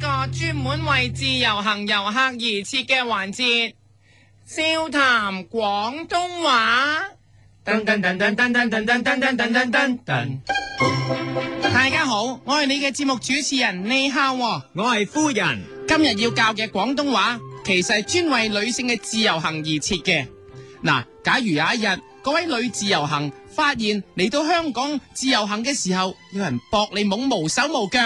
個專門為自由行遊客而設嘅環節，笑談廣東話。噔噔噔噔噔噔噔噔噔噔噔噔噔，大家好，我係你嘅節目主持人你孝喎。我係夫人。今日要教嘅廣東話，其實係專為女性嘅自由行而設嘅。嗱，假如有一日各位女自由行發現嚟到香港自由行嘅時候，有人搏你懵無手無腳，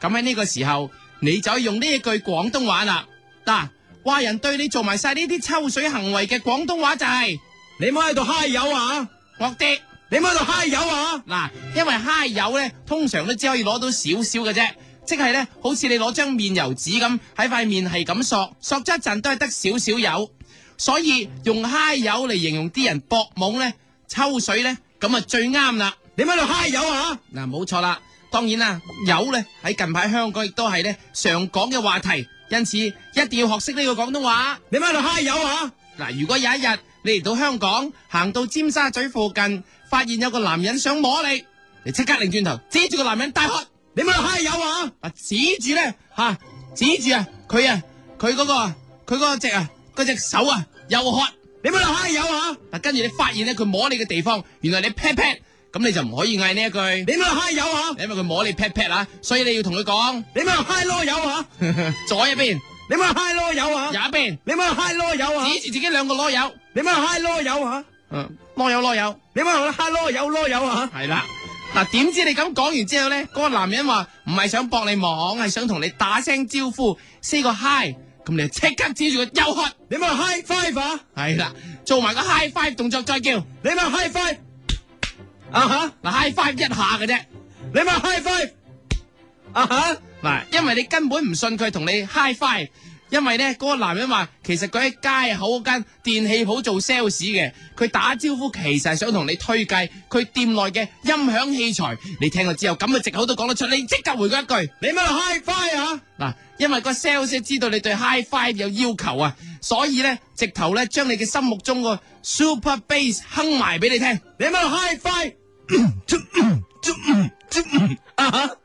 咁喺呢個時候，你就可以用呢一句廣東話啦。嗱，話人對你做埋晒呢啲抽水行為嘅廣東話就係、你唔好喺度揩油啊！惡的。你唔好喺度揩油啊！嗱，因為揩油咧，通常都只可以攞到少少嘅啫，即係咧，好似你攞張面油紙咁喺塊面係咁索，索咗一陣都係得少少油，所以用揩油嚟形容啲人搏懵咧、抽水咧，咁啊最啱啦。你唔好喺度揩油啊！嗱，冇錯啦，當然啦，油咧喺近排香港亦都係咧常講嘅話題，因此一定要學識呢個廣東話。你唔好喺度揩油啊！嗱，如果有一日你嚟到香港，行到尖沙咀附近，發現有個男人想摸你，你即刻擰轉頭，指住個男人大喝，你唔好喺度揩油啊！啊指住咧吓，指住啊佢啊佢嗰、個啊佢嗰隻啊嗰隻手啊又喝，你唔好喺度揩油啊！嗱跟住你發現咧佢摸你嘅地方，原來你 pat pat，咁你就唔可以嗌呢一句，你唔好喺度揩油啊！因為佢摸你 pat pat 啊，所以你要同佢講你唔好喺度揩囉油啊！ 左一邊，右你唔好喺度揩囉油啊！一邊，你唔好喺度揩囉油啊！指住自己兩個籮柚，你唔好喺度揩囉油啊！嗯，籮柚籮柚。你唔好喺度揩囉油囉油啊！系啦，嗱，點知你咁講完之後呢，嗰、個男人話唔係想搏你忙，係想同你打聲招呼，say 個 hi，咁你就即刻指住佢又喝，你唔好喺度揩 five 啊！係啦，做埋個 high five 動作再叫，你咪 high five 啊哈！嗱 high five 一下嘅啫，你咪 high five 啊哈！嗱，因為你根本唔信佢同你 high five。因為呢嗰、個男人話，其實佢喺街口嗰間電器鋪做 sales 嘅，佢打招呼其實係想同你推介佢店內嘅音響器材。你聽咗之後，咁嘅藉口都講得出，你即刻回佢一句。你咪 high five 啊！嗱，因為個 sales 知道你對 high five 有要求啊，所以咧直頭咧將你嘅心目中個 super bass 哼埋俾你聽。你咪 high five 啊哈！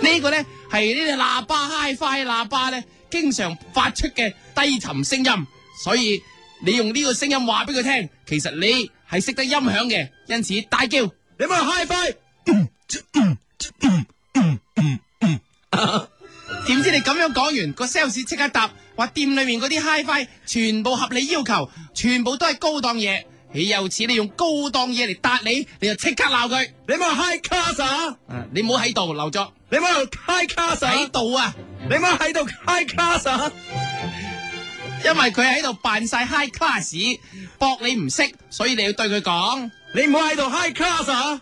呢個咧係呢隻喇叭 high five 喇叭咧經常發出嘅低沉聲音，所以你用呢個聲音話俾佢聽，其實你係識得音響嘅，因此大叫。你咪 high five 點知你咁樣講完，個 sales 即刻答話店裏面嗰啲 HiFi 全部合理要求，全部都係高檔嘢。豈有此理用高檔嘢嚟搭你，你就即刻鬧佢。你咪 high class 啊！啊你唔好喺度留作你咪喺度 high class 喺啊！度啊，你咪喺度 high class 啊！因為佢喺度扮晒 high class，博你唔識，所以你要對佢講。你唔好喺度 high class 啊！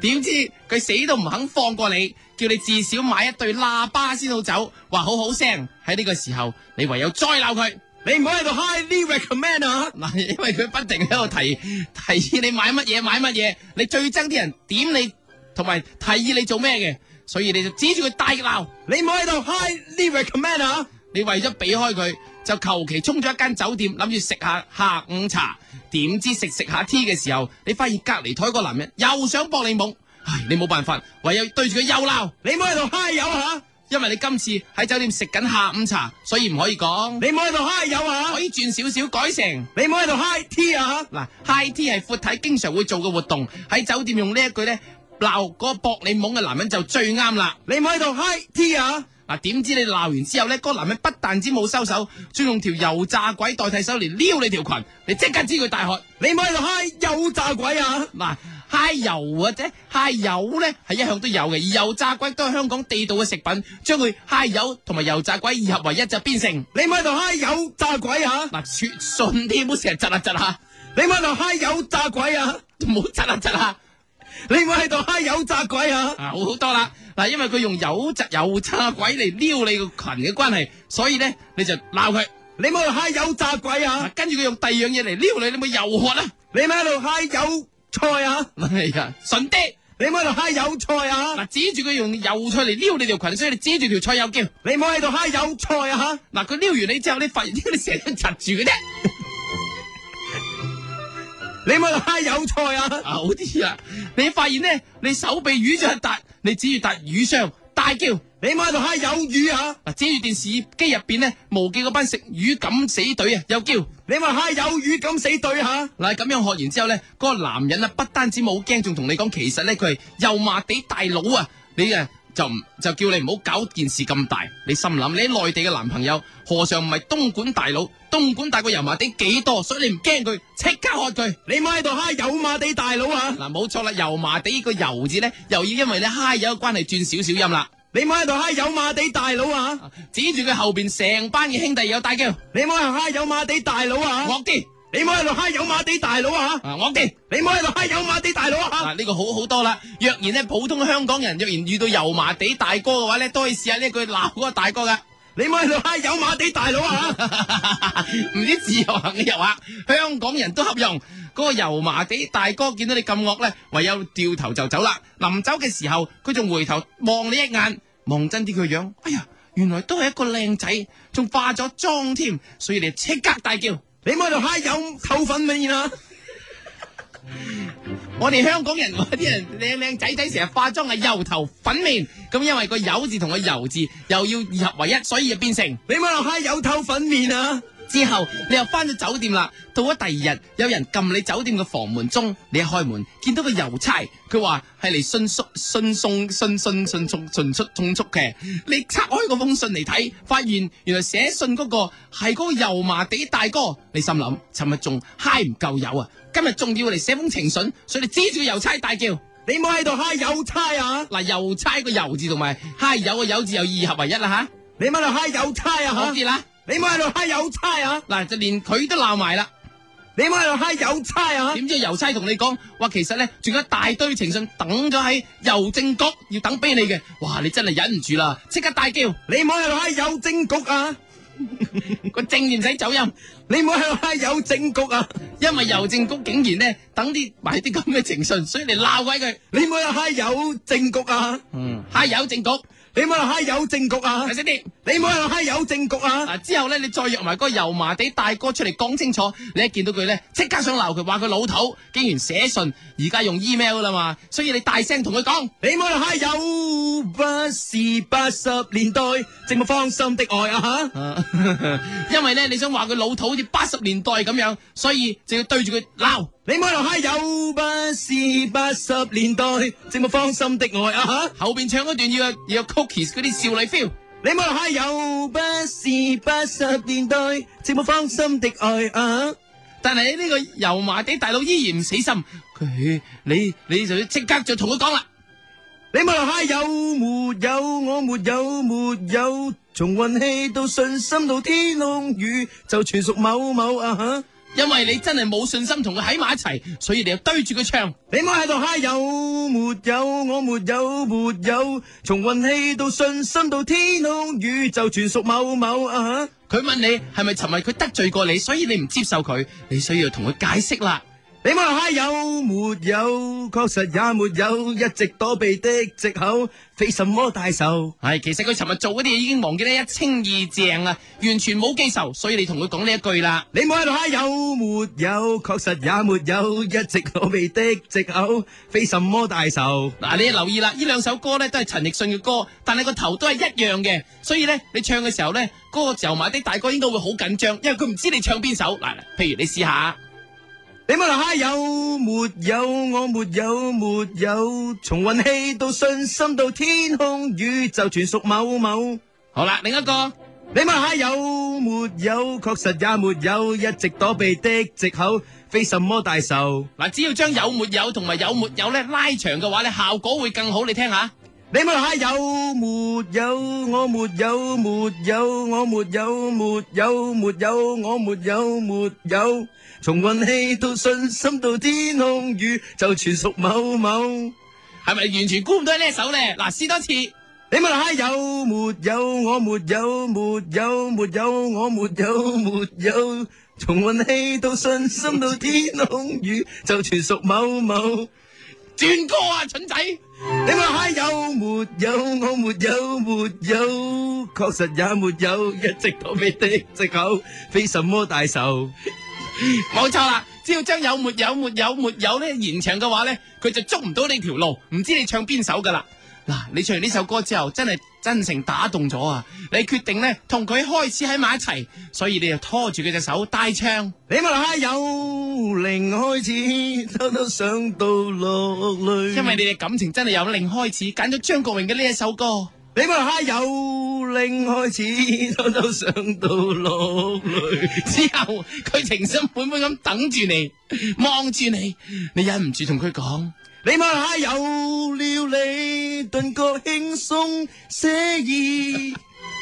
點知佢死都唔肯放過你，叫你至少買一對喇叭先好走，話好好聲。喺呢個時候，你唯有再鬧佢。 你唔好喺度 highly recommend 啊！嗱，因為佢不停喺度提提議你買乜嘢買乜嘢，你最憎啲人點你，同埋提議你做咩嘅，所以你就指住佢大鬧。你唔好喺度 highly recommend 啊！你為咗避開佢，就求其衝咗一間酒店，諗住食下下午茶。點知食食下 tea 嘅時候，你發現隔離台個男人又想搏你懵，唉，你冇辦法，唯有對住佢又鬧。你唔好喺度 high 油啊！因為你今次喺酒店食緊下午茶，所以唔可以講，你唔好喺度 high 油啊可！以轉少少改成。你唔好喺度 high tea 啊！嗱，high tea 係闊體經常會做嘅活動，喺酒店用呢一句咧鬧嗰個搏你懵嘅男人就最啱啦。你唔好喺度 high tea 啊！嗱，點知你鬧完之後咧，嗰、個男人不但止冇收手，仲用條油炸鬼代替手嚟撩你條裙，你即刻知佢大喝。你唔好喺度 high 油炸鬼啊！嗱，high 油啊或者 high 油咧係一向都有嘅，而油炸鬼都係香港地道嘅食品，將佢 high 油同埋油炸鬼二合為一就變成你唔好喺度 high 油炸鬼啊！嗱，説信添，唔好成日窒下窒下，你唔好喺度 high 油炸鬼啊！唔好窒下窒下。你唔好喺度 high 油炸鬼啊！啊，好好多啦。嗱，因為佢用油炸油炸鬼嚟撩你個裙嘅關係，所以咧你就鬧佢。你唔好喺度 high 油炸鬼啊嗱！，跟住佢用第二樣嘢嚟撩你，你咪又喝啦。你唔好喺度 high 油菜啊！哎呀，順啲。你唔好喺度 high 油菜啊！嗱，指住佢用油菜嚟撩你條裙，所以你指住條菜又叫。你唔好喺度 high 油菜啊！嗱，佢撩完你之後，你發現 你成日都窒住嘅啫。你唔好喺度 high 油菜啊！啊，好啲啦。你發現咧，你手臂瘀咗一笪，你指住笪瘀傷，大大叫。你咪喺度嗨有魚啊！嗱，遮住電視機入边咧，無記嗰班食魚敢死隊啊，又叫嗱你咪嗨有魚咁死啊對吓！咁樣學完之後咧，嗰、個男人啊，不單止冇驚，仲同你講，其實咧佢係油麻地大佬啊，你啊就唔就叫你唔好搞件事咁大，你心諗你喺內地嘅男朋友何嘗唔係東莞大佬？東莞大過油麻地幾多，所以你唔驚佢，即刻喝佢。你咪喺度嗨有馬地大佬啊！嗱，冇錯啦，油麻地個油字咧，又要因為你嗨有嘅關係轉少少音啦，你咪喺度嗨有馬地大佬啊！指住佢後边成班嘅兄弟又大叫，你咪喺度嗨有馬地大佬啊！惡啲你咪喺度嗨有馬地大佬啊！啊，惡啲。你咪喺度嗨有馬地大佬啊！嗱，呢個好好多啦。若然咧，普通香港人若然遇到油麻地大哥嘅話咧，都可以試下呢一句鬧嗰個大哥噶。你咪喺度嗨有馬地大佬啊！ 唔知自由行嘅遊客，香港人都合用。嗰、個油麻地大哥見到你咁惡咧，唯有掉頭就走啦。臨走嘅時候，佢仲回頭望你一眼，望真啲佢樣。哎呀，原來都係一個靚仔，仲化咗妝添，所以你即刻大叫。你咪喺度嗨有透粉面啊！我哋香港人嗰啲人靚靚仔仔成日化妝係油頭粉面，咁因為個油字同個油字又要二合為一，所以就變成你咪喺度嗨有透粉面啊！之後你又翻咗酒店啦。到咗第二日，有人撳你酒店嘅房門鐘，你一開門見到個郵差，佢話係嚟信速信送信信信送信出送速嘅。你拆開嗰封信嚟睇，發現原來寫信嗰個係嗰個油麻地大哥。你心諗，尋日仲嗨唔夠油啊，今日仲要嚟寫封情信，所以你指住個郵差大叫。你咪喺度嗨有差啊！嗱，郵差個郵字同埋嗨友個友字又二合為一啦你咪喺度嗨有差吓，好啊！啲啦。你咪喺度嗨有差啊！嗱，就連佢都鬧埋啦。你咪喺度嗨有差啊！點知郵差同你講話，其實咧仲有一大堆情信等咗喺郵政局要等俾你嘅。哇！你真係忍唔住啦，即刻大叫你唔好喺度嗨有政局啊！個正字唔使走音，你唔好喺度嗨有政局啊！因為郵政局竟然咧等啲埋啲咁嘅情信，所以你鬧鬼佢。你唔好喺度嗨有政局啊！嗯，嗨郵政局，你唔好喺度嗨有政局啊睇！先啲。你唔好喺度嗨有政局啊！嗱，之後咧，你再約埋嗰個油麻地大哥出嚟講清楚，你一見到佢咧，即刻想鬧佢，話佢老土，竟然寫信，而家用 email 啦嘛，所以你大聲同佢講， 你唔好喺度嗨有，不是八十年代寂寞芳心的愛啊！因為咧你想話佢老土，好似八十年代咁樣，所以就要對住佢鬧。你唔好喺度嗨有，不是八十年代寂寞芳心的愛啊！後邊唱嗰段要有要有 cookies 嗰啲少女 feel。你唔好喺度嗨有，不是八十年代寂寞芳心的愛啊！但係呢個油麻地大佬依然唔死心，佢你你就要即刻就同佢講啦。你咪嗨有沒有？我沒有沒有，從運氣到信心到天空雨，就全屬某某啊哈！因為你真係冇信心同佢喺埋一齊，所以你就對住佢唱。你咪喺度嗨有沒有？我沒有沒有，從運氣到信心到天空雨，就全屬某某啊哈！佢問你係咪尋日佢得罪過你，所以你唔接受佢，你需要同佢解釋啦。你咪嗨有沒有？確實也沒有，一直躲避的藉口，非什麼大仇。係，其實佢尋日做嗰啲嘢已經忘記得一清二淨啊，完全冇記仇，所以你同佢講呢一句啦。你冇喺度嗨有沒有？確實也沒有，一直躲避的藉口，非什麼大仇。嗱，你留意啦，呢兩首歌咧都係陳奕迅嘅歌，但係個頭都係一樣嘅，所以咧你唱嘅時候咧，嗰、個油麻地大哥應該會好緊張，因為佢唔知你唱邊首。嗱，譬如你試下，你冇喺度嗨有沒有？我沒有沒有，從運氣到信心到天空宇宙，全屬某某。好啦，另一個你冇喺度嗨有沒有？確實也沒有，一直躲避的藉口，非什麼大仇。嗱，只要將有沒有同埋有沒有咧拉長嘅話咧，效果會更好，你聽下。你咪下有沒有？我沒有沒有，我沒有沒有沒有，我沒有沒有。從運氣到信心到天空雨，就全屬某某。你係咪完全估唔到呢一首咧？嗱，試多次。咪下有沒有？我沒有沒有沒有，我沒有沒有。從運氣到信心到天空雨，就全屬某某。轉歌啊，蠢仔！嗱，你咪下有沒有？我沒有沒有，確實也沒有，一直躲避的藉口，非什麼大仇。冇錯啦，只要將有沒有沒有沒有咧延長嘅話咧，佢就捉唔到你條路，唔知你唱邊首噶啦。嗱，你唱完呢首歌之後，真係真情打動咗啊！你決定咧同佢開始喺埋一齊，所以你就拖住佢隻手大唱。你咪下由零開始，偷偷想到落淚。因為你哋感情真係由零開始，揀咗張國榮嘅呢一首歌。你咪下由零開始，偷偷想到落淚。之後佢情深款款咁等住你，望住你，你忍唔住同佢講。你咪下有了你，頓覺輕鬆寫意。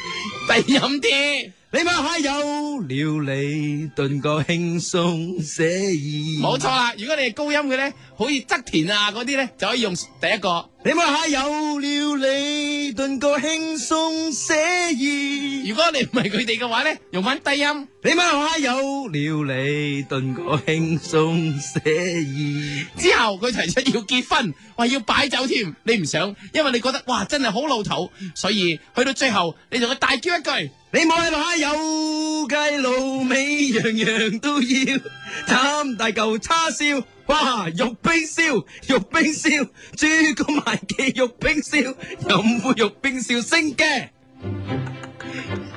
低音啲，你咪下有了你，頓覺輕鬆寫意。冇錯。啦。如果你係高音嘅咧，好似側田啊嗰啲咧，就可以用第一個。你咪下有了你，頓覺輕鬆寫意。如果你唔係佢哋嘅話咧，用翻低音。你咪下有了你，頓覺輕鬆寫意。之後佢提出要結婚，話要擺酒添，你唔想，因為你覺得哇真係好老土，所以去到最後你就佢大叫一句。你咪下有雞滷味，樣樣都要，貪大嚿叉燒，哇！肉冰燒，肉冰燒，豬公埋記肉冰燒，有冇肉冰燒升嘅？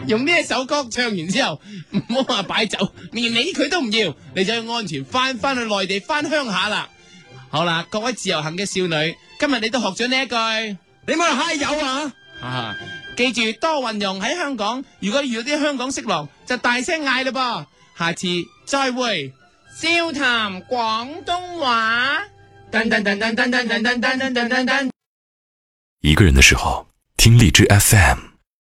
用呢一首歌唱完之後，唔好話擺酒，連你佢都唔要，你就要安全翻翻去內地翻鄉下啦。好啦，各位自由行嘅少女，今日你都學咗呢一句，你咪下有啊！啊，記住多運用喺香港。如果遇到啲香港色狼，就大聲嗌啦噃。下次再會，笑談廣東話。噔噔噔噔噔噔噔噔噔噔噔噔。一个人的时候，听荔枝 FM。